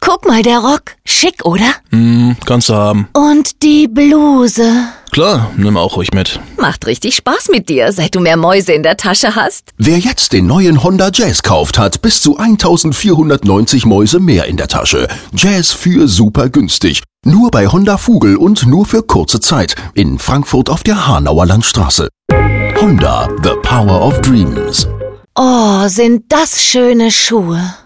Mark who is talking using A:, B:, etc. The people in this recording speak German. A: Guck mal, der Rock. Schick, oder?
B: Hm, kannst du haben.
A: Und die Bluse.
B: Klar, nimm auch ruhig mit.
A: Macht richtig Spaß mit dir, seit du mehr Mäuse in der Tasche hast.
C: Wer jetzt den neuen Honda Jazz kauft, hat bis zu 1490 Mäuse mehr in der Tasche. Jazz für super günstig. Nur bei Honda Vogel und nur für kurze Zeit. In Frankfurt auf der Hanauer Landstraße. Honda, the power of dreams.
A: Oh, sind das schöne Schuhe.